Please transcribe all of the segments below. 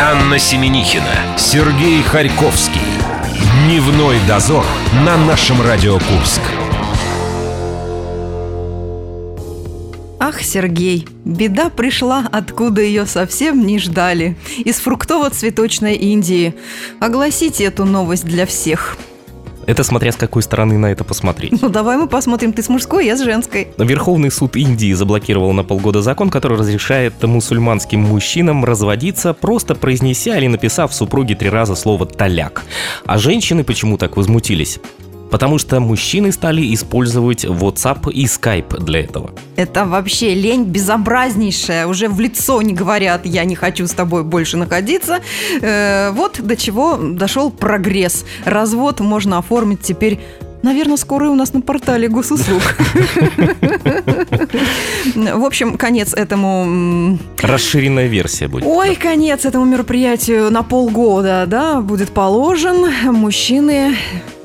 Анна Семенихина, Сергей Харьковский. Дневной дозор на нашем Радио Курск. Ах, Сергей, беда пришла, откуда ее совсем не ждали. Из фруктово-цветочной Индии. Огласите эту новость для всех. Это смотря с какой стороны на это посмотреть. Ну давай мы посмотрим, ты с мужской, я с женской. Верховный суд Индии заблокировал на полгода закон, который разрешает мусульманским мужчинам разводиться, просто произнеся или написав супруге три раза слово «таляк». А женщины почему так возмутились? Потому что мужчины стали использовать WhatsApp и Skype для этого. Это вообще лень безобразнейшая. Уже в лицо не говорят, я не хочу с тобой больше находиться. Э, вот до чего дошел прогресс. Развод можно оформить теперь Наверное, скоро и у нас на портале госуслуг. В общем, конец этому... м, Расширенная версия будет. Ой, конец этому мероприятию на полгода, да, будет положен. Мужчины,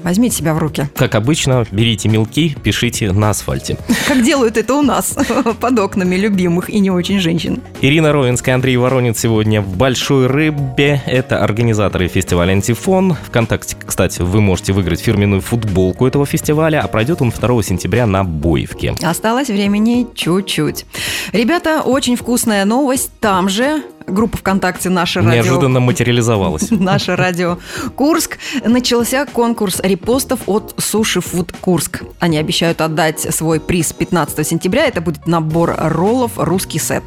возьмите себя в руки. Как обычно, берите мелки, пишите на асфальте. Как делают это у нас под окнами любимых и не очень женщин. Ирина Ровенская, Андрей Воронин сегодня в Большой Рыбе. Это организаторы фестиваля «Антифон». Вконтакте, кстати, вы можете выиграть фирменную футболку этого фестиваля, а пройдет он 2 сентября на Боевке. Осталось времени чуть-чуть. Ребята, очень вкусная новость. Там же группа ВКонтакте «Наше радио». Неожиданно материализовалась. Наше радио Курск. Начался конкурс репостов от Суши Фуд Курск. Они обещают отдать свой приз 15 сентября. Это будет набор роллов «Русский сет».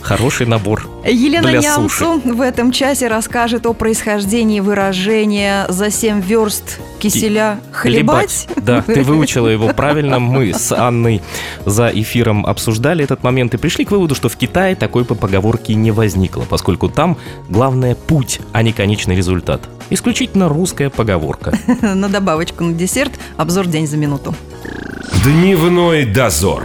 Хороший набор. Елена Для Ямсу в этом часе расскажет о происхождении выражения «за 7 верст киселя хлебать». Хлебать. Да, ты выучила его правильно. Мы с Анной за эфиром обсуждали этот момент и пришли к выводу, что в Китае такой по поговорке не возникло, поскольку там главное путь, а не конечный результат. Исключительно русская поговорка. На добавочку на десерт обзор «День за минуту». Дневной дозор.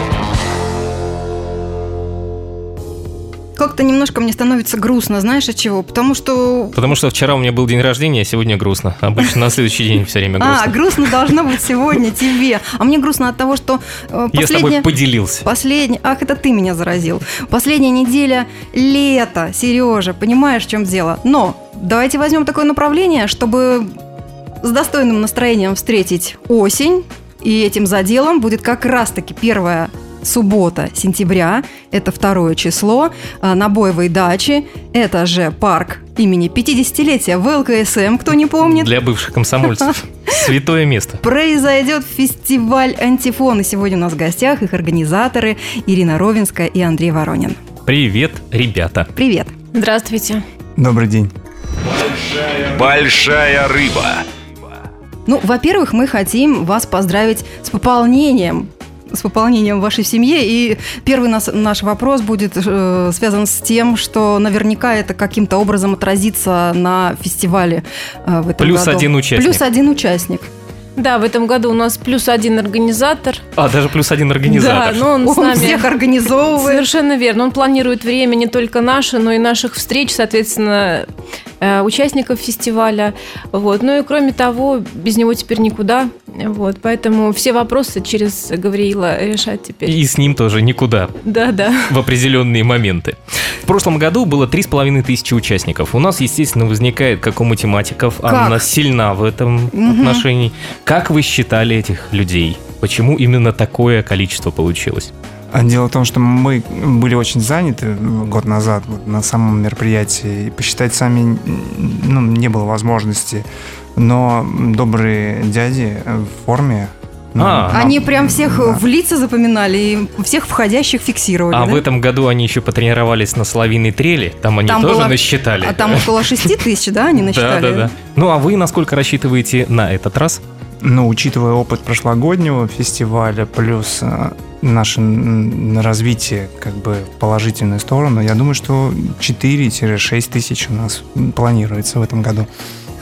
Как-то немножко мне становится грустно, знаешь от чего? Потому что... Потому что вчера у меня был день рождения, а сегодня грустно. Обычно на следующий день все время А, грустно. грустно должно быть сегодня тебе. А мне грустно от того, что э, Я с тобой последняя... поделился. Последняя... Ах, это ты меня заразил. Последняя неделя лета, Сережа, понимаешь, в чем дело? Но давайте возьмем такое направление, чтобы с достойным настроением встретить осень. И этим заделом будет как раз-таки первая суббота сентября, это второе число, а, на Боевой даче, это же парк имени 50-летия ВЛКСМ, кто не помнит. Для бывших комсомольцев. Святое место. Произойдет фестиваль антифона. Сегодня у нас в гостях их организаторы Ирина Ровинская и Андрей Воронин. Привет, ребята. Привет. Здравствуйте. Добрый день. Большая рыба. Ну, во-первых, мы хотим вас поздравить с пополнением с пополнением в вашей семье. И первый нас- наш вопрос будет э, связан с тем, что наверняка это каким-то образом отразится на фестивале э, в этом Плюс году. один участник. Плюс один участник. Да, в этом году у нас плюс один организатор. А, даже плюс один организатор. Да, ну. но он, с Он нами. всех организовывает. Совершенно верно. Он планирует время не только наше, но и наших встреч, соответственно, э, участников фестиваля. Вот. Ну и кроме того, без него теперь никуда. Вот. Поэтому все вопросы через Гавриила решать теперь. И с ним тоже никуда. Да, да. в определенные моменты. В прошлом году было три с половиной тысячи участников. У нас, естественно, возникает, как у математиков, Анна сильна в этом отношении. Как вы считали этих людей? Почему именно такое количество получилось? А Дело в том, что мы были очень заняты год назад вот, на самом мероприятии. И посчитать сами ну, не было возможности. Но добрые дяди в форме... ну, А. нам- Они прям всех Да. в лица запоминали и всех входящих фиксировали. А да? в этом году они еще потренировались на славиной трели. Там они Там тоже была- насчитали. А там около 6 тысяч, да, они да, насчитали? да, да. Ну а вы насколько рассчитываете на этот раз? Но учитывая опыт прошлогоднего фестиваля, плюс э, наше м, развитие как бы в положительную сторону, я думаю, что 4-6 тысяч у нас планируется в этом году.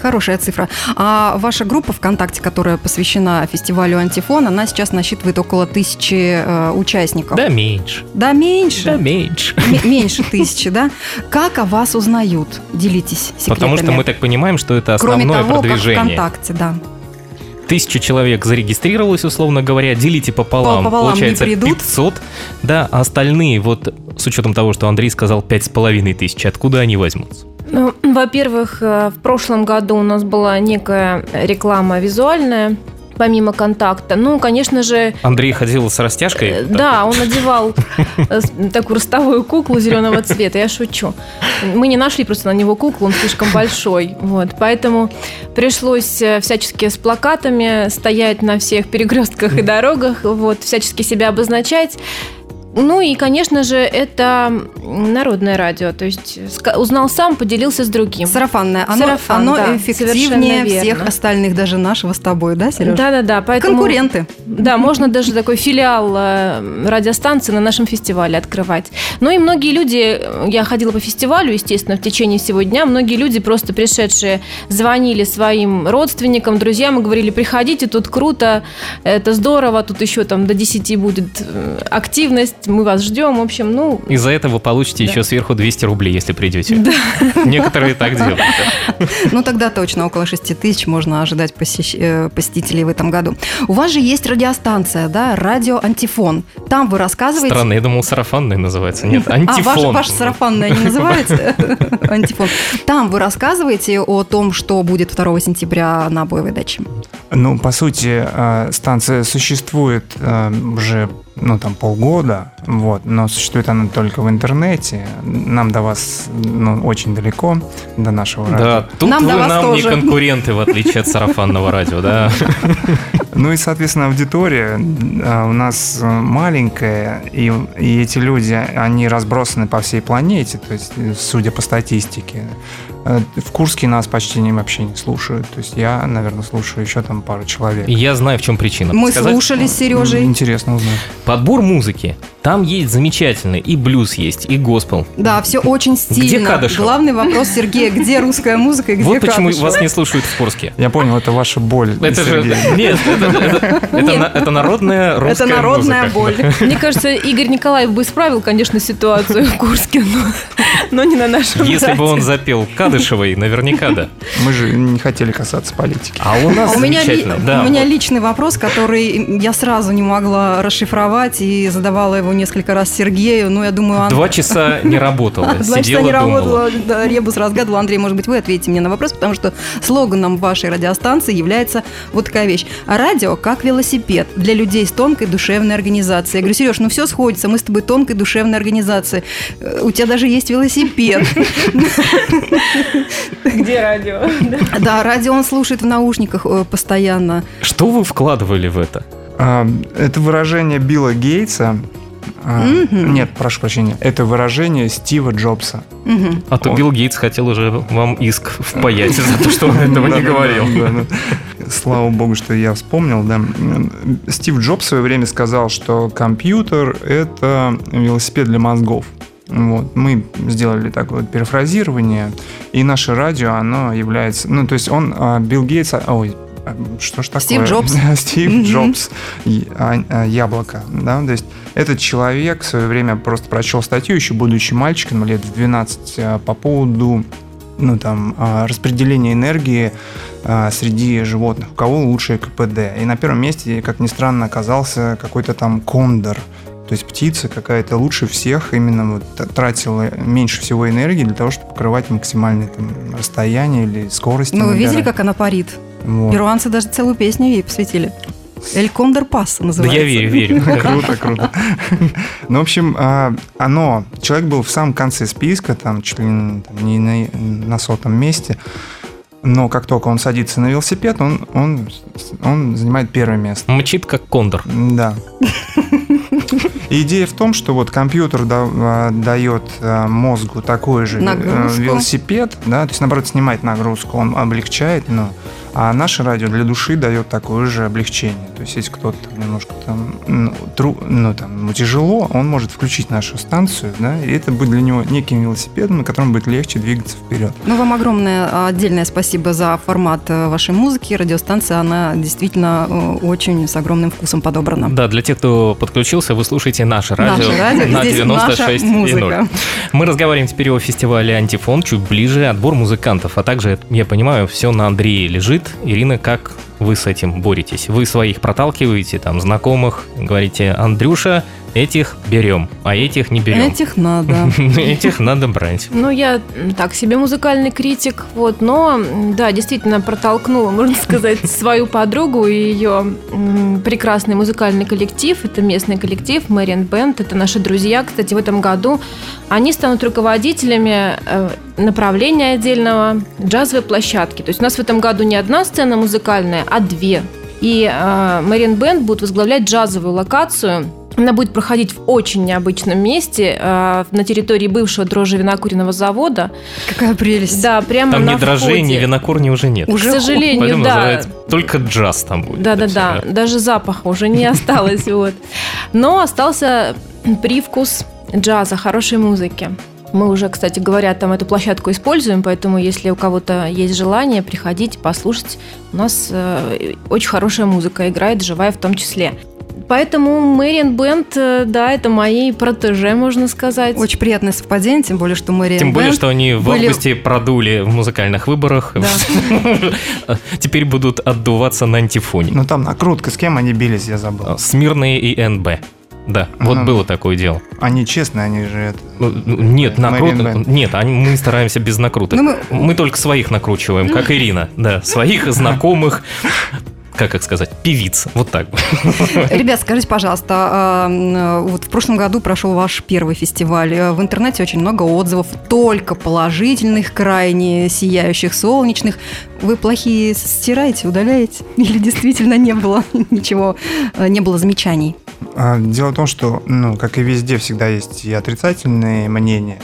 Хорошая цифра. А ваша группа ВКонтакте, которая посвящена фестивалю «Антифон», она сейчас насчитывает около тысячи э, участников. Да меньше. Да, Да меньше. меньше. М- меньше тысячи, да? Как о вас узнают? Делитесь секретами. Потому что мы так понимаем, что это Кроме основное того, продвижение. как ВКонтакте, да. Тысяча человек зарегистрировалось, условно говоря, делите пополам, Пополам не получается придут. 500. Да, а остальные, вот с учетом того, что Андрей сказал пять с половиной тысяч, откуда они возьмутся? Ну, во-первых, э, в прошлом году у нас была некая реклама визуальная, помимо контакта. Ну, конечно же, Андрей ходил с растяжкой? э, так? да, он одевал э, с- такую ростовую куклу зеленого цвета. Я шучу. Мы не нашли просто на него куклу, он слишком большой. Вот, поэтому пришлось э, всячески с плакатами стоять на всех перекрестках и дорогах, вот, всячески себя обозначать. Ну и, конечно же, это народное радио. То есть ска- узнал сам, поделился с другим. Сарафанное. Оно, Сарафан, оно да, эффективнее совершенно верно. всех остальных, даже нашего с тобой, да, Сережа? Да-да-да, поэтому... Конкуренты. Да, можно даже такой филиал э, радиостанции на нашем фестивале открывать. Ну и многие люди, э, я ходила по фестивалю, естественно, в течение всего дня, многие люди, просто пришедшие, звонили своим родственникам, друзьям и говорили, приходите, тут круто, это здорово, тут еще там до 10 будет э, активность, мы вас ждем, в общем, ну... Из-за этого получите еще сверху 200 рублей, если придете. Некоторые так делают. Ну, тогда точно около 6 тысяч можно ожидать посещ- э, посетителей в этом году. У вас же есть радиостанция, да, радио «Антифон». Там вы рассказываете... Странно, я думал, сарафанное называется. Нет, А, ваш, антифон. ваш сарафанное не называется? Антифон. Там вы рассказываете о том, что будет 2 сентября на Боевой даче. Ну, по сути, э, станция существует э, уже ну, там, полгода, вот, но существует она только в интернете. Нам до вас ну, очень далеко, до нашего радио. Да, тут Нам вы до вас нам не тоже. конкуренты, в отличие от сарафанного радио, да. Ну и, соответственно, аудитория э, у нас э, маленькая, и, и эти люди, они разбросаны по всей планете, то есть, э, судя по статистике. Э, В Курске нас почти не, вообще не слушают, то есть я, наверное, слушаю еще там пару человек. Я знаю, в чем причина. Мы Сказать? слушали с Сережей. Интересно узнать. Подбор музыки. Там есть замечательный и блюз есть, и госпел. Да, все очень стильно. Кадышев? Главный вопрос, Сергея, где русская музыка и где Вот почему Кадышев? вас не слушают в Курске. Я понял, это ваша боль. Это же... Сергей. Нет, это- это- это на- это народная русская Это народная музыка. боль. Мне кажется, Игорь Николаев бы исправил, конечно, ситуацию в Курске, но, но не на нашем Если бы радио. он запел Кадышевой, наверняка да. Мы же не хотели касаться политики. А у нас А у меня, ли- замечательно. да. у меня личный вопрос, который я сразу не могла расшифровать и задавала его несколько раз Сергею. Ну, я думаю, Ан- Два часа не работала, Два часа сидела, не думала. работала, да, ребус разгадывал. Андрей, может быть, вы ответите мне на вопрос, потому что слоганом вашей радиостанции является вот такая вещь. А радио как велосипед для людей с тонкой душевной организацией. Я говорю, Сереж, ну все сходится, мы с тобой тонкой душевной организации. Э, У тебя даже есть велосипед. Где радио? Да, радио он слушает в наушниках э, постоянно. Что вы вкладывали в это? А, Это выражение Билла Гейтса. а, Мгм. Нет, прошу прощения. Это выражение Стива Джобса. Мгм. А то Он- Билл Гейтс хотел уже вам иск впаять за то, что он этого не Да-да-да, говорил. да-да. Слава богу, что я вспомнил, да. Стив Джобс в свое время сказал, что компьютер — это велосипед для мозгов. Вот. Мы сделали такое вот перефразирование, и наше радио, оно является... Ну, то есть он, а, Билл Гейтс... а, Ой, а, что ж такое? Стив Джобс. Мгм. Стив Джобс. И, а, а, Яблоко, да, то есть этот человек в свое время просто прочел статью, еще будучи мальчиком, лет в 12, а, по поводу ну, там, а, распределения энергии а, среди животных, у кого лучшее КПД. И на первом месте, как ни странно, оказался какой-то там кондор. То есть птица какая-то лучше всех именно вот т- тратила меньше всего энергии для того, чтобы покрывать максимальное там, расстояние или скорость. Ну, вы там, видели, или- как она парит? Вот. Перуанцы даже целую песню ей посвятили. Эль Кондор Пас Да называется. я верю, верю. Круто, круто. Ну, в общем, а, оно, человек был в самом конце списка, там, чуть ли не, там, не на, на сотом месте, но как только он садится на велосипед, он, он, он занимает первое место. Мчит как кондор. Да. Идея в том, что вот компьютер да- а, дает а, мозгу такой же э, Нагрузку. велосипед, да, то есть наоборот снимает нагрузку, он облегчает, но а наше радио для души дает такое же облегчение. То есть если кто-то там немножко там, ну, тру- ну, там ему тяжело, он может включить нашу станцию, да, и это будет для него неким велосипедом, на котором будет легче двигаться вперед. Ну, вам огромное а, отдельное спасибо за формат э, вашей музыки. Радиостанция, она действительно э, очень с огромным вкусом подобрана. Да, для тех, кто подключился, вы слушаете наше радио Наше радио, на здесь наша 96,0. музыка. Мы разговариваем теперь о фестивале «Антифон», чуть ближе, отбор музыкантов, а также, я понимаю, все на Андрее лежит. Ирина, как вы с этим боретесь. Вы своих проталкиваете, там, знакомых, говорите, Андрюша, этих берем, а этих не берем. Этих надо. Этих надо брать. Ну, я м, так себе музыкальный критик, вот, но, м, да, действительно протолкнула, можно сказать, свою подругу и ее м, прекрасный музыкальный коллектив. Это местный коллектив Мэриан Бенд, это наши друзья, кстати, в этом году. Они станут руководителями э, направления отдельного джазовой площадки. То есть у нас в этом году не одна сцена музыкальная, а две. И а, Марин Бенд будет возглавлять джазовую локацию – она будет проходить в очень необычном месте, э, на территории бывшего дрожжи винокуренного завода. Какая прелесть. Да, прямо Там на ни дрожжей, ни входе. винокурни уже нет. К сожалению, Поэтому да. называется только джаз там будет. Да, да, да. Это всё. Даже запаха уже не осталось. Вот. Но остался привкус джаза, хорошей музыки. Мы уже, кстати говоря, там эту площадку используем, поэтому если у кого-то есть желание, приходите, послушать. У нас э, очень хорошая музыка играет, живая в том числе. Поэтому Мэриан Бенд, э, да, это мои протеже, можно сказать. Очень приятное совпадение, тем более, что Мэри Тем более, что они в были- августе продули в музыкальных выборах. Теперь будут отдуваться на антифоне. Ну там накрутка, с кем они бились, я забыл. Смирные и НБ. Да, вот Ага. было такое дело. Они честные, они же это. Ну, Нет, накруток. Band. Нет, они- мы стараемся без накруток. Ну, мы- Ну. Мы только своих накручиваем, как Ирина. Да, своих знакомых. Как их сказать? Певиц. Вот так. Ребят, скажите, пожалуйста, а, м, вот в прошлом году прошел ваш первый фестиваль. Э, В интернете очень много отзывов, только положительных, крайне сияющих, солнечных. Вы плохие стираете, удаляете? Или действительно не было ничего, э, не было замечаний? А, Дело в том, что, ну, как и везде, всегда есть и отрицательные мнения.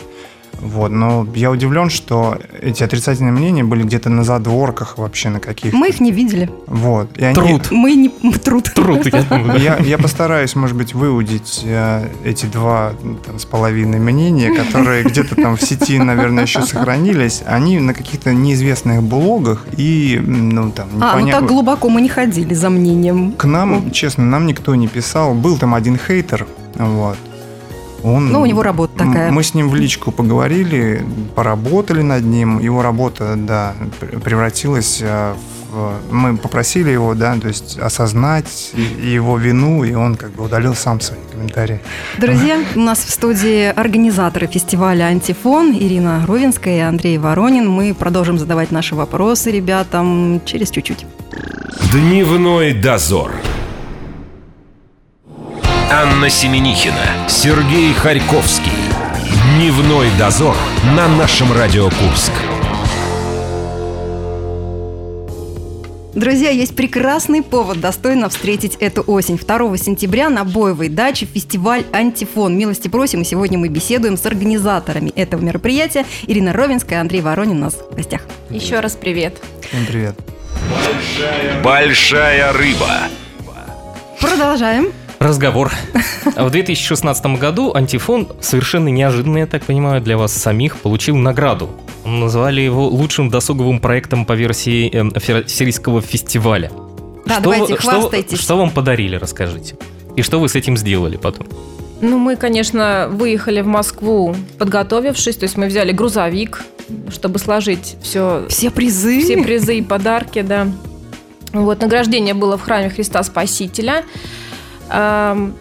Вот, но я удивлен, что эти отрицательные мнения были где-то на задворках вообще на каких. Мы их не видели. Вот. И они- Труд. Мы не... Труд. Труд, я думаю. Я, я постараюсь, может быть, выудить э, эти два ну, там, с половиной мнения, которые где-то там в сети, наверное, еще сохранились. Они на каких-то неизвестных блогах и, м, ну, там, А, ну так непонятно. глубоко мы не ходили за мнением. К нам, честно, нам никто не писал. Был там один хейтер, вот. Он, Ну, у него работа М, такая. Мы с ним в личку поговорили, поработали над ним. Его работа, да, пр- превратилась э, в... Мы попросили его, да, то есть осознать и- и его вину, и он как бы удалил сам свои комментарии. Друзья, у нас в студии организаторы фестиваля «Антифон» Ирина Ровинская и Андрей Воронин. Мы продолжим задавать наши вопросы ребятам через чуть-чуть. Дневной дозор. Анна Семенихина, Сергей Харьковский. Дневной дозор на нашем Радио Курск. Друзья, есть прекрасный повод достойно встретить эту осень. 2 сентября на Боевой даче фестиваль «Антифон». Милости просим, и сегодня мы беседуем с организаторами этого мероприятия. Ирина Ровинская и Андрей Воронин у нас в гостях. Еще раз привет. Всем привет. Большая рыба. Продолжаем. Разговор. А В 2016 году антифон, совершенно неожиданно, я так понимаю, для вас самих, получил награду. Назвали его лучшим досуговым проектом по версии эм, фер- сирийского фестиваля. Да, вы- давайте, вы- хвастайтесь. что вам подарили, расскажите. И что вы с этим сделали потом? Ну, мы, конечно, выехали в Москву, подготовившись, то есть мы взяли грузовик, чтобы сложить все, Все призы. все призы и подарки, да. Вот, награждение было в храме Христа Спасителя. Эм,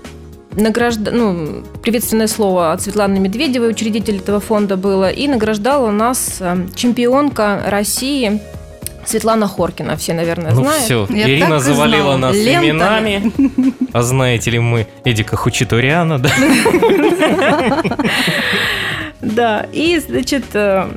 награжда- ну, приветственное слово от Светланы Медведевой, учредитель этого фонда было, и награждала нас эм, чемпионка России Светлана Хоркина, все, наверное, ну знают. все, Я Ирина так и завалила знала. нас Лентами. именами. А знаете ли мы Эдика Хучатуриана, да? Ну, Да, и, значит, э,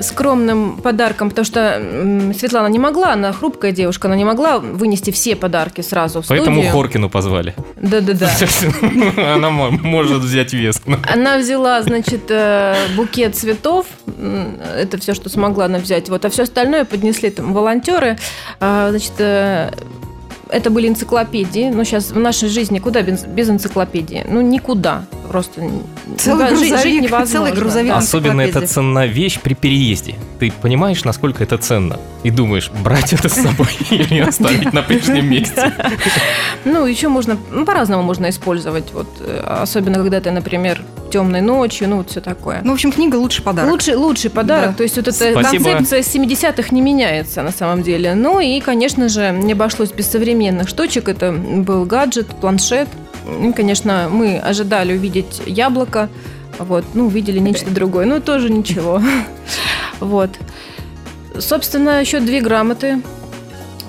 скромным подарком, потому что м, Светлана не могла, она хрупкая девушка, она не могла вынести все подарки сразу в Поэтому студию. Хоркину позвали. Да-да-да. Она мо- может взять вес. Она взяла, значит, э, букет цветов, м, это все, что смогла она взять, вот, а все остальное поднесли там волонтеры, А, значит, э, это были энциклопедии, ну, сейчас в нашей жизни куда без без энциклопедии? Ну, никуда. просто н- Целый да, жи- жить грузовик, невозможно. целый грузовик. Да. Особенно это энциклопедия. ценна вещь при переезде. Ты понимаешь, насколько это ценно. И думаешь, брать это с собой или оставить на прежнем месте. Ну, еще можно, ну, по-разному можно использовать, вот, э, особенно когда ты, например, темной ночью, ну, вот все такое. Ну, в общем, книга лучший подарок. Лучший, лучший подарок. Да. То есть вот эта Спасибо. концепция 70-х не меняется на самом деле. Ну и, конечно же, не обошлось без современных штучек. Это был гаджет, планшет. Ну, конечно, мы ожидали увидеть яблоко. Вот, ну, увидели нечто другое. Ну, тоже ничего. Вот. Собственно, еще две грамоты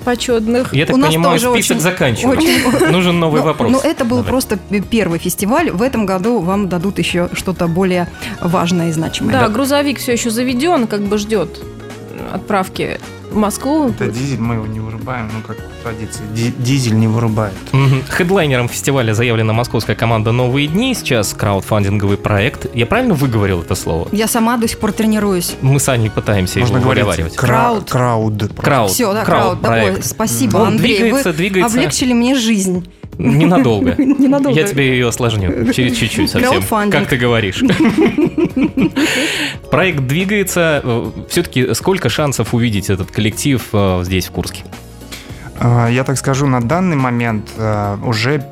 почетных. Я так У нас понимаю, тоже список очень- заканчивается. Очень Нужен новый Ну, вопрос. Ну, это был Давай. просто п- первый фестиваль. В этом году вам дадут еще что-то более важное и значимое. Да, грузовик все еще заведен, как бы ждет отправки в Москву. Это дизель, мы его не вырубаем, ну как традиция. Ди- Дизель не вырубает. Мгм. Хедлайнером фестиваля заявлена московская команда «Новые дни». Сейчас краудфандинговый проект. Я правильно выговорил это слово? Я сама до сих пор тренируюсь. Мы с Аней пытаемся его Можно выговаривать. говорить кра- Крауд. крауд. Крауд. Все, да, крауд. проект. Ну, Ой, спасибо, Он Андрей. двигается, вы двигается. облегчили мне жизнь. Ненадолго. Ненадолго. Я тебе ее осложню. Через чуть-чуть совсем. Краудфандинг. Как ты говоришь. Проект двигается. Все-таки сколько шансов увидеть этот коллектив э, здесь, в Курске? А, Я так скажу, на данный момент а, уже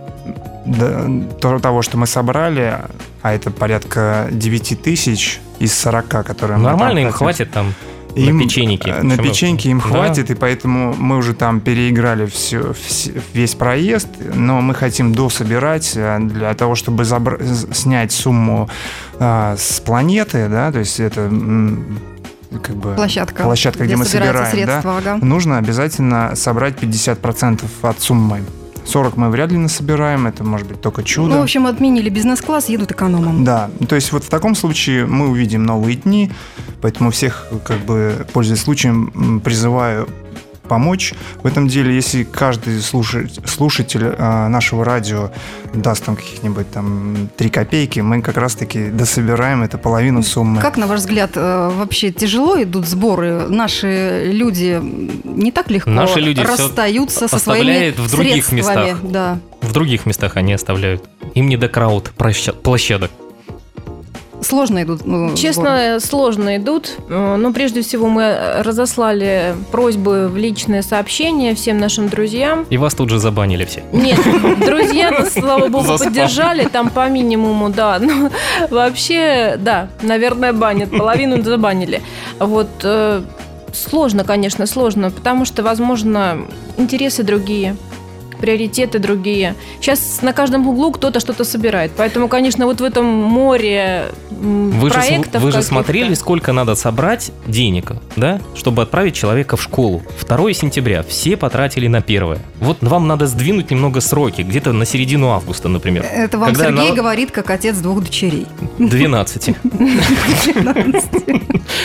до- то- того, что мы собрали, а это порядка 9 тысяч из 40, которые мы Нормально там им хотим. хватит там на печеньки? э, На Почему? печеньки им Да. хватит, и поэтому мы уже там переиграли все, весь проезд, но мы хотим дособирать э, для того, чтобы забра- с- снять сумму э, с планеты, да, то есть это м, как бы Площадка. площадка, где, мы собираем, собираются да, средства, ага. нужно обязательно собрать 50% от суммы. 40 мы вряд ли насобираем, это может быть только чудо. Ну, в общем, отменили бизнес-класс, едут экономом. Да, то есть вот в таком случае мы увидим новые дни, поэтому всех, как бы, пользуясь случаем, м, призываю помочь в этом деле, если каждый слушать- слушатель а, нашего радио даст там каких-нибудь там 3 копейки, мы как раз-таки дособираем это половину суммы. Как, на ваш взгляд, э, вообще тяжело идут сборы? Наши люди м, не так легко Наши люди всё расстаются со своими оставляют в других средствами. местах. Да. В других местах они оставляют. Им не до крауд проща- площадок. Сложно идут. ну, сборы. Честно, сложно идут. Э, Но прежде всего мы разослали просьбы в личные сообщения всем нашим друзьям. И вас тут же забанили все. Нет, друзья, слава богу, За спам. поддержали, там по минимуму, да. Ну, вообще, да, наверное, банят, половину забанили. Вот, э, сложно, конечно, сложно, потому что, возможно, интересы другие, приоритеты другие. Сейчас на каждом углу кто-то что-то собирает, поэтому, конечно, вот в этом море м, Вы же, с- проектов... вы же каких-то- смотрели, сколько надо собрать денег, да, чтобы отправить человека в школу. 2 сентября все потратили на первое. Вот вам надо сдвинуть немного сроки, где-то на середину августа, например. Э, Это вам Когда Сергей на- говорит, как отец двух дочерей. ну. 12.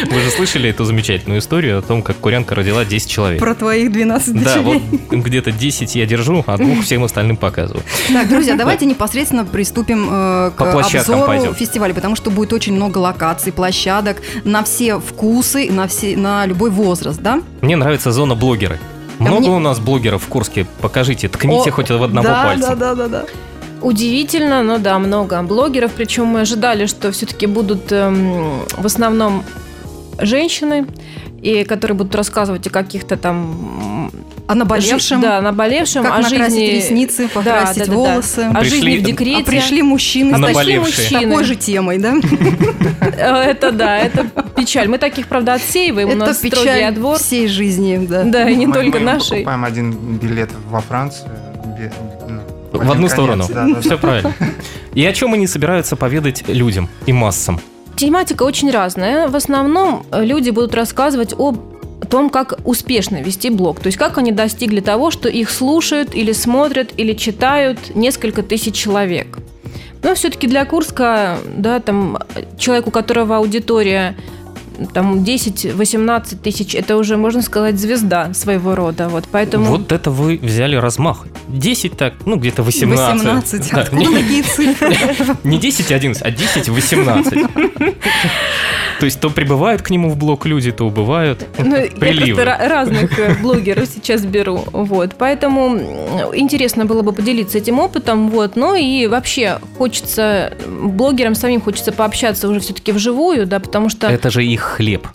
Вы же слышали эту замечательную историю о том, как курянка родила 10 человек. Про твоих 12 Да, дочерей. вот где-то 10 я держу, а двух всем остальным показываю. Так, друзья, давайте непосредственно приступим э, По к площадкам обзору пойдем. фестиваля, потому что будет очень много локаций, площадок на все вкусы, на, все, на любой возраст, да? Мне нравится зона блогеры. Много у нас блогеров в Курске? Покажите, ткните А О, хоть в одного да, пальца. Да, да, да, да. Удивительно, но да, много блогеров. Причем мы ожидали, что все-таки будут эм, в основном женщины, и которые будут рассказывать о каких-то там м, О наболевшем, жи- да, наболевшем, А как о накрасить жизни, ресницы, да, покрасить да, да, да. волосы. о Пришли- жизни в декрете. А пришли мужчины с Наболевшие. мужчины. такой же темой, да? Э, Это да, это печаль. Мы таких, правда, отсеиваем. У Это нас строгий печаль отбор. всей жизни, да. Да, и не Мы- только мы нашей. покупаем один билет во Францию. бе- ну, В один одну конец, сторону. да, да, Все правильно. И о чем они собираются поведать людям и массам? Тематика очень разная. В основном э, люди будут рассказывать об том, как успешно вести блог. То есть, как они достигли того, что их слушают или смотрят или читают несколько тысяч человек. Но все-таки для Курска, да, там, э, человек, у которого аудитория м, там 10-18 тысяч, это уже, можно сказать, звезда своего рода. Вот поэтому... Вот это вы взяли размах. 10 так, ну где-то 18. 18. А Да, Откуда не- а такие цифры? Не 10 11, а 10 18. То есть то прибывают к нему в блог люди, то убывают. Ну, я Приливы. просто ра- разных э, блогеров сейчас беру, вот, поэтому м, интересно было бы поделиться этим опытом, вот, ну и вообще хочется, м, блогерам самим хочется пообщаться уже все-таки вживую, да, потому что... Это же их хлеб.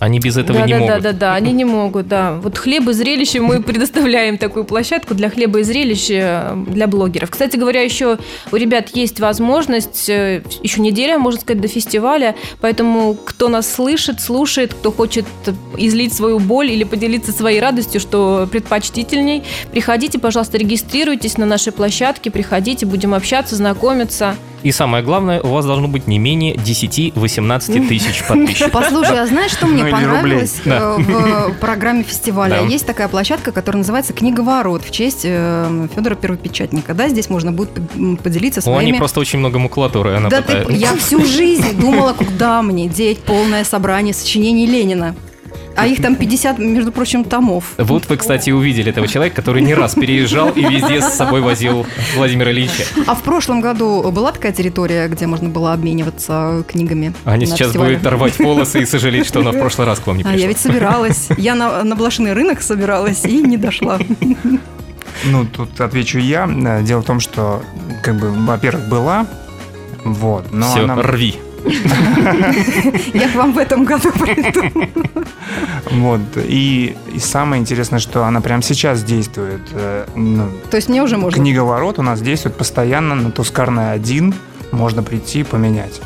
Они без этого да, не да, могут. Да, да, да, они не могут, да. Вот хлеб и зрелище мы предоставляем такую площадку для хлеба и зрелища э, для блогеров. Кстати говоря, еще у ребят есть возможность, э, еще неделя, можно сказать, до фестиваля, поэтому кто нас слышит, слушает, кто хочет излить свою боль или поделиться своей радостью, что предпочтительней, приходите, пожалуйста, регистрируйтесь на нашей площадке, приходите, будем общаться, знакомиться. И самое главное, у вас должно быть не менее 10-18 тысяч подписчиков. Послушай, а знаешь, что мне Ну или понравилось рублей. Да. э, в программе фестиваля? Да. Есть такая площадка, которая называется «Книговорот» в честь э, Федора Первопечатника. Да, здесь можно будет м, поделиться У Ани своими... просто очень много макулатуры, она Да пытается. ты, я всю жизнь думала, куда мне деть полное собрание сочинений Ленина. А их там 50, между прочим, томов. Вот вы, кстати, увидели этого человека, который не раз переезжал и везде с собой возил Владимира Ильича. А в прошлом году была такая территория, где можно было обмениваться книгами? Аня на А сейчас фестивале? будет рвать волосы и сожалеть, что она в прошлый раз к вам не А я пришла. ведь собиралась. Я на, на блошиный рынок собиралась и не дошла. Ну, тут отвечу я. Э, Дело в том, что, как бы, во-первых, была, вот, но Все, Ну, она- рви. Я к вам в этом году приду. вот, и, и самое интересное, что она прямо сейчас действует. э, ну, То есть мне уже можно. Книга ворот у нас действует постоянно на Тускарной 1, можно прийти и поменять.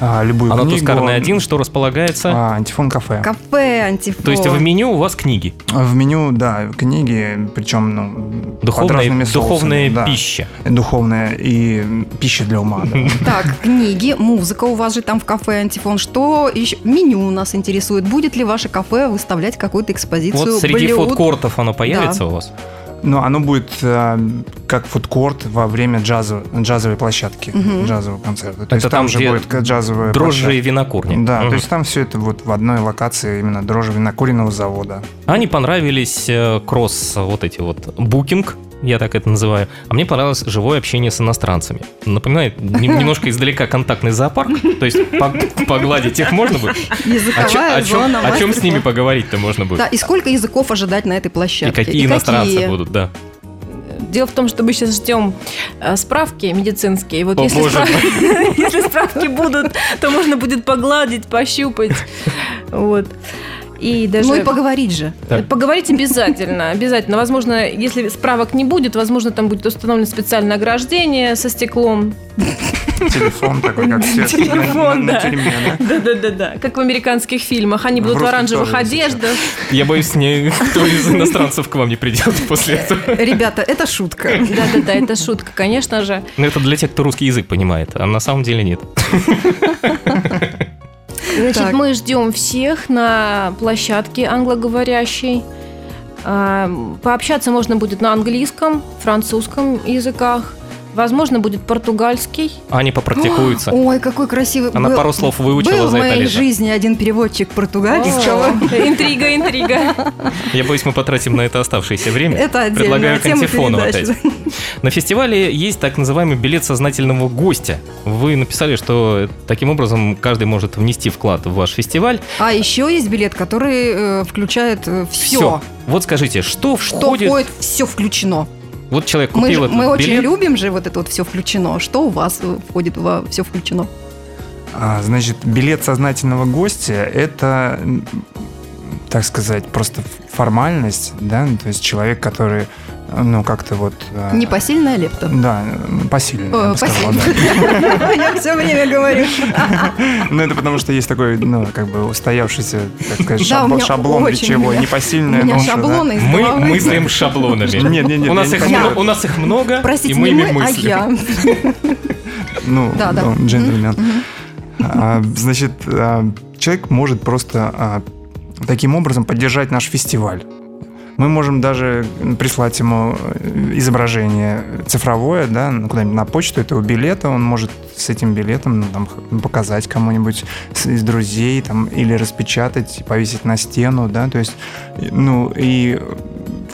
А, любую Она книгу. Тускарная один, что располагается. А, антифон кафе. Кафе, А, антифон. То есть ну, в меню у вас книги. В меню, да, книги, причем, ну, под Духовная, разными соусами, духовная да. пища. Духовная и м, пища для ума. да. Так, книги, музыка у вас же там в кафе «Антифон». Что еще? Меню нас интересует. Будет ли ваше кафе выставлять какую-то экспозицию Вот среди блюд? фудкортов оно появится Да. у вас. Но оно будет э, как фудкорт во время джазов- джазовой площадки, джазового концерта. То есть Это там, там, же где будет к- джазовая Дрожжи и площадка. винокурни. Да, Мгм. то есть там все это вот в одной локации именно дрожжи винокуренного завода. А не понравились э, кросс, э, вот эти вот, букинг, я так это называю. А мне понравилось живое общение с иностранцами. Напоминает нем- немножко издалека контактный зоопарк. То есть пог- погладить их можно будет? О А чё- а, Языковая о чем, зона. о чем с мастер-класс. ними поговорить-то можно будет? Да, и сколько языков ожидать на этой И площадке? какие иностранцы какие? будут, да. Дело в том, что мы сейчас ждем э, справки медицинские. Вот О, если, боже справ- если справки будут, то можно будет погладить, пощупать. Вот. И даже Ну и поговорить же. Так. поговорить обязательно, обязательно. Возможно, если справок не будет, возможно, там будет установлено специальное ограждение со стеклом. Телефон такой, как все на Телефон, на да. тюрьме, да? Да-да-да-да. Как в американских фильмах. Они В будут в русских оранжевых тоже есть одеждах. Я боюсь, никто из иностранцев к вам не придет после этого. Ребята, это шутка. Да-да-да, это шутка, конечно же. Но Ну, это для тех, кто русский язык понимает, а на самом деле нет. Значит, Так. мы ждем всех на площадке англоговорящей. А, Пообщаться можно будет на английском, французском языках. Возможно, будет португальский. Они попрактикуются. Ой, какой красивый. Она Был- пару слов выучила Был в за это моей лето. жизни один переводчик португальского. О, Интрига, интрига. Я боюсь, мы потратим на это оставшееся время. Это отдельная Предлагаю к тема антифону передачи. опять. На фестивале есть так называемый билет сознательного гостя. Вы написали, что таким образом каждый может внести вклад в ваш фестиваль. А еще есть билет, который э, включает все. Всё. Вот скажите, что, Что входит... входит, все включено. Вот человек Мы, купил же- этот мы очень билет. любим же вот это вот все включено. Что у вас э, входит во все включено? А, Значит, билет сознательного гостя – это, м, так сказать, просто ф- формальность, да, ну, то есть человек, который, ну, как-то вот… А. э, Непосильная лепта. Да, э, посильный, я Э, бы сказал, посильный. Я все время говорю. да. Ну, это потому что есть такой, ну, как бы устоявшийся, так сказать, Да, у шаблон, меня очень- шаблон у меня- речевой, У непосильная меня ноша, да. шаблоны из Мы головы. мыслим шаблонами. Нет, нет, нет, у, нас я не их хочу мно- это. у нас их много, Простите, и мы не ими мы, а мыслим. я. Ну, Да, да. ну, Мгм, джентльмен. мгм. А, Значит, а, человек может просто а, таким образом поддержать наш фестиваль. Мы можем даже прислать ему э, изображение цифровое, да, ну, куда-нибудь на почту этого билета. Он может с этим билетом ну, там, х- показать кому-нибудь с- из друзей там, или распечатать и повесить на стену, да, то есть, и- ну, и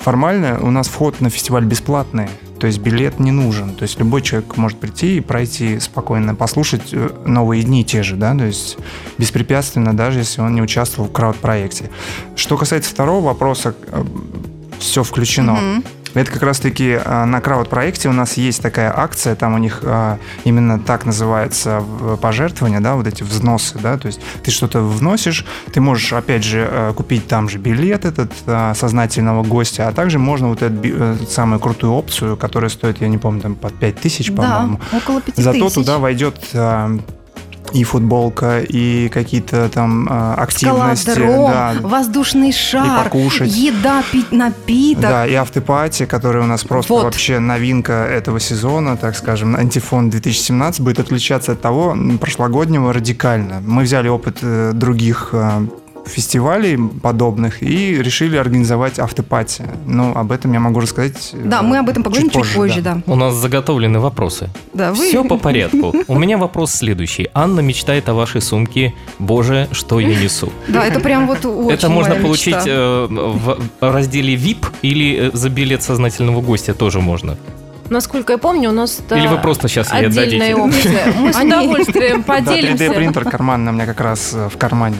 формально у нас вход на фестиваль бесплатный. То То есть билет не нужен. То есть любой человек может прийти и пройти спокойно, послушать э, новые дни те же, да, то есть беспрепятственно, даже если он не участвовал в крауд-проекте. Что касается второго вопроса, э, все включено. Мгм. Это как раз-таки э, на крауд-проекте у нас есть такая акция, там у них э, именно так называется в- пожертвование, да, вот эти взносы, да, то есть ты что-то вносишь, ты можешь, опять же, э, купить там же билет этот э, сознательного гостя, а также можно вот эту би- э, самую крутую опцию, которая стоит, я не помню, там под 5000, по-моему. Да, около пяти Зато тысяч. туда войдет э, и футболка, и какие-то там э, активности, Скалодром, да, воздушный шар, покушать. еда, пить, напиток. Да, и автопати, которая у нас просто Вот. вообще новинка этого сезона, так скажем, антифон 2017 будет отличаться от того м, прошлогоднего радикально. Мы взяли опыт э, других э, фестивалей подобных и решили организовать автопати. Ну, об этом я могу рассказать. э, Да, мы об этом поговорим чуть позже, да. У нас заготовлены вопросы. Да, А вы- Все по порядку. У меня вопрос следующий. Анна мечтает о вашей сумке. Боже, что я несу. Да, это прям вот очень Это можно моя получить мечта. э, в разделе VIP или э, за билет сознательного гостя тоже можно. Насколько я помню, у нас это Или вы просто сейчас ей отдельная отдадите. опция. Мы с Они- удовольствием Да, 3D поделимся. принтер карманный у меня как раз э, в кармане.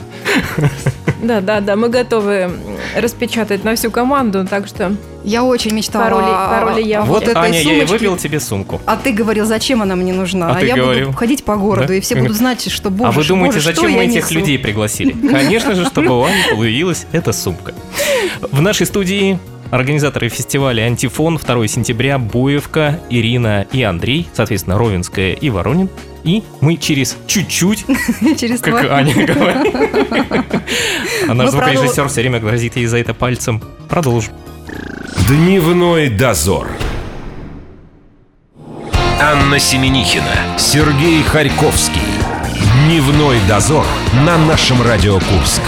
Да, да, да, мы готовы распечатать на всю команду, так что Я очень мечтала Пароли- пароли о- я- о А Вот, вот этой Аня, я и сумочке. выбил тебе сумку. А ты говорил, зачем она мне нужна? А ты я говорил. буду ходить по городу, Да? и все будут знать, что боже, а вы думаете, боже, что зачем я мы этих несу? людей пригласили? Конечно же, чтобы у Ани появилась эта сумка. В нашей студии организаторы фестиваля «Антифон» 2 сентября Боевка, Ирина и Андрей, соответственно, Ровенская и Воронин. И мы через чуть-чуть, Через как два- Аня говорит, она Мы звукорежиссер все время грозит ей за это пальцем, продолжим. Дневной дозор. Анна Семенихина, Сергей Харьковский. Дневной дозор на нашем Радио Курск.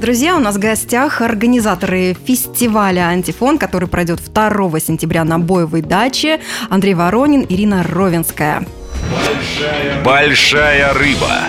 Друзья, у нас в гостях организаторы фестиваля «Антифон», который пройдет 2 сентября на Боевой даче. Андрей Воронин, Ирина Ровенская. Большая рыба.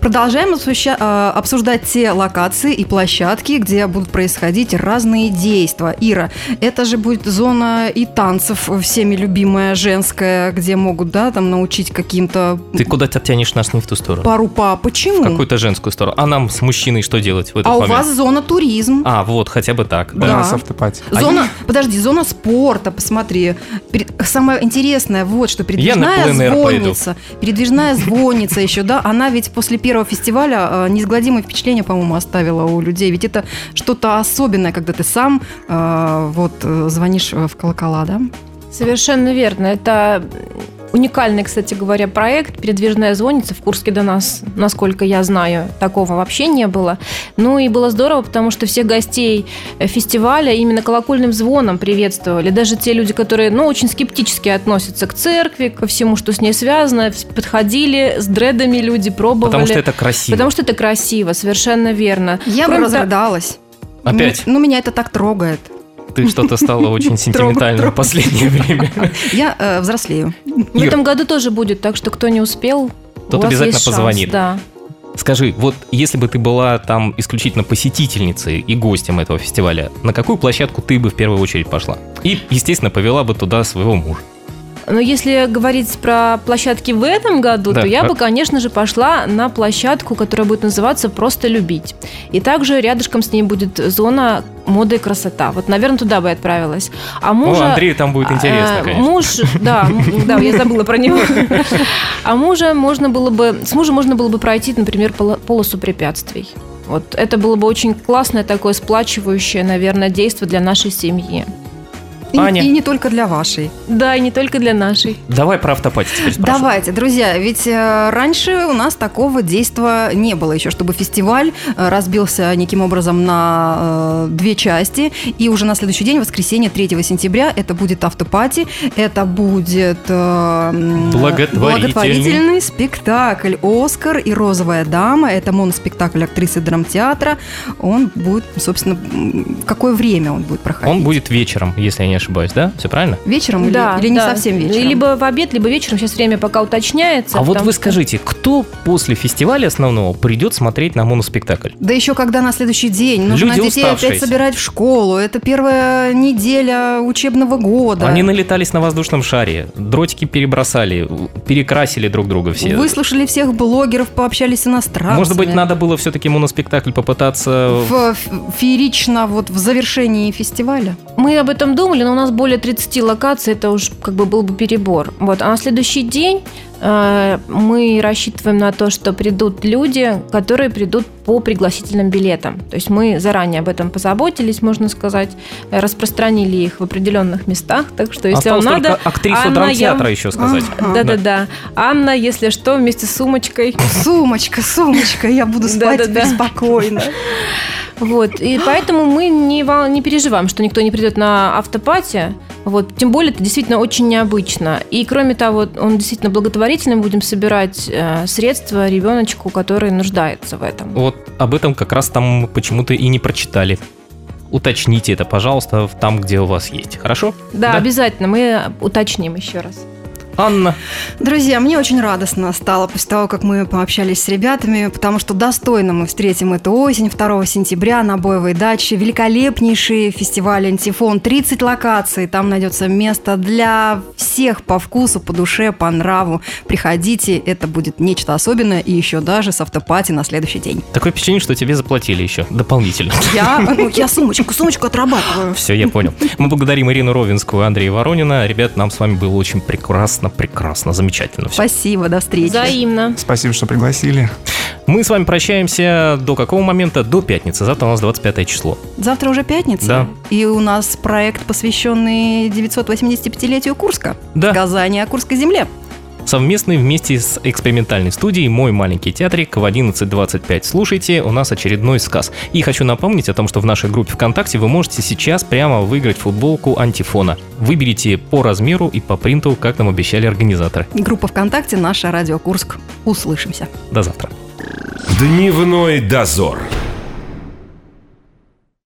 Продолжаем обсуща- э, обсуждать те локации и площадки, где будут происходить разные действия. Ира, это же будет зона и танцев, э, всеми любимая женская, где могут, да, там научить каким-то Ты куда-то тянешь нас не в ту сторону? пару па. а Почему? Какую-то женскую сторону. А нам с мужчиной что делать в этот А у момент? вас зона туризм. А, вот, хотя бы так. У Да. Да. нас автопати. Зона, подожди, зона спорта, посмотри. Перед- самое интересное, вот что Я на передвижная пленэр пойду. звонница. Передвижная звонница еще, да, она ведь после первого фестиваля э, неизгладимое впечатление, по-моему, оставила у людей. Ведь это что-то особенное, когда ты сам э, вот э, звонишь э, в колокола, да? совершенно верно. Это уникальный, кстати говоря, проект «Передвижная звонница» в Курске до нас, насколько я знаю, такого вообще не было. Ну и было здорово, потому что всех гостей э, фестиваля именно колокольным звоном приветствовали. Даже те люди, которые, ну, очень скептически относятся к церкви, ко всему, что с ней связано, вс- подходили с дредами люди, пробовали. Потому что это красиво. Потому что это красиво, совершенно верно. Я Кроме бы того- разрыдалась. Опять? Ну, ну, меня это так трогает. Ты что-то стала очень сентиментальной в последнее время. Я э, взрослею. В Ир. этом году тоже будет, так что кто не успел, Тот у вас обязательно есть шанс, позвонит. да. Скажи, вот если бы ты была там исключительно посетительницей и гостем этого фестиваля, на какую площадку ты бы в первую очередь пошла? И, естественно, повела бы туда своего мужа. Но если говорить про площадки в этом году, Да. то я А- бы, конечно же, пошла на площадку, которая будет называться «Просто любить». И также рядышком с ней будет зона моды и красота. Вот, наверное, туда бы я отправилась. А мужа... О, Андрею там Ну, будет интересно, А, конечно. Муж, да, м, да, я забыла про него. А мужа можно было бы, с мужем можно было бы пройти, например, поло- полосу препятствий. Вот это было бы очень классное такое сплачивающее, наверное, действие для нашей семьи. И- Аня. и не только для вашей. Да, и не только для нашей. Давай про автопати теперь спрошу. Давайте, друзья, ведь э, раньше у нас такого действа не было еще, чтобы фестиваль э, разбился неким образом на э, две части, и уже на следующий день, воскресенье 3 сентября, это будет автопати, это будет э, м, Благотворительный. благотворительный спектакль «Оскар» и «Розовая дама», это моноспектакль актрисы драмтеатра, он будет, собственно, м, в какое время он будет проходить? Он будет вечером, если я не ошибаюсь, да? Все правильно? Вечером или- Да, или, не да. Ну, совсем вечером? Либо в обед, либо вечером. Сейчас время пока уточняется. А вот потому вы что- скажите, кто после фестиваля основного придет смотреть на моноспектакль? Да еще когда на следующий день нужно Люди детей опять уставшиеся. собирать в школу. Это первая неделя учебного года. Они налетались на воздушном шаре, дротики перебросали, перекрасили друг друга все. Выслушали всех блогеров, пообщались с иностранцами. Может быть, надо э, было все-таки моноспектакль попытаться... В- ф- феерично вот в завершении фестиваля. Мы об этом думали, но у нас более 30 локаций, это уж как бы был бы перебор. Вот. А на следующий день э, мы рассчитываем на то, что придут люди, которые придут по пригласительным билетам. То есть мы заранее об этом позаботились, можно сказать, э, распространили их в определенных местах. Так что если Осталось вам только надо, актрису Анна, А. драмтеатра еще сказать. да-да-да, Анна, если что, вместе с сумочкой. Сумочка, сумочка, я буду спать Да-да-да. теперь спокойно. Вот, и поэтому мы не, вол- не переживаем, что никто не придет на автопати. Вот, тем более это действительно очень необычно. И кроме того, он действительно благотворительный, мы будем собирать э, средства ребеночку, который нуждается в этом. Вот об этом как раз там мы почему-то и не прочитали. Уточните это, пожалуйста, в- там, где у вас есть. Хорошо? Да, Да. обязательно, мы уточним еще раз. Анна, Друзья, мне очень радостно стало после того, как мы пообщались с ребятами, потому что достойно мы встретим эту осень 2 сентября на Боевой даче. Великолепнейший фестиваль «Антифон». 30 локаций. Там найдется место для всех по вкусу, по душе, по нраву. Приходите, это будет нечто особенное. И еще даже с автопати на следующий день. такое впечатление, что тебе заплатили еще дополнительно. Я, ну, я сумочку, сумочку отрабатываю. Все, я понял. Мы благодарим Ирину Ровинскую и Андрея Воронина. Ребят, нам с вами было очень прекрасно, прекрасно, замечательно. Все. Спасибо, до встречи. Взаимно. Спасибо, что пригласили. Мы с вами прощаемся до какого момента? До пятницы. Завтра у нас 25 число. Завтра уже пятница. Да. И у нас проект, посвященный 985-летию Курска. Да. Казани о Курской земле. Совместный вместе с экспериментальной студией «Мой маленький театрик» в 11.25. Слушайте, у нас очередной сказ. И хочу напомнить о том, что в нашей группе ВКонтакте вы можете сейчас прямо выиграть футболку антифона. Выберите по размеру и по принту, как нам обещали организаторы. Группа ВКонтакте «Наша Радио Курск». Услышимся. До завтра. Дневной дозор.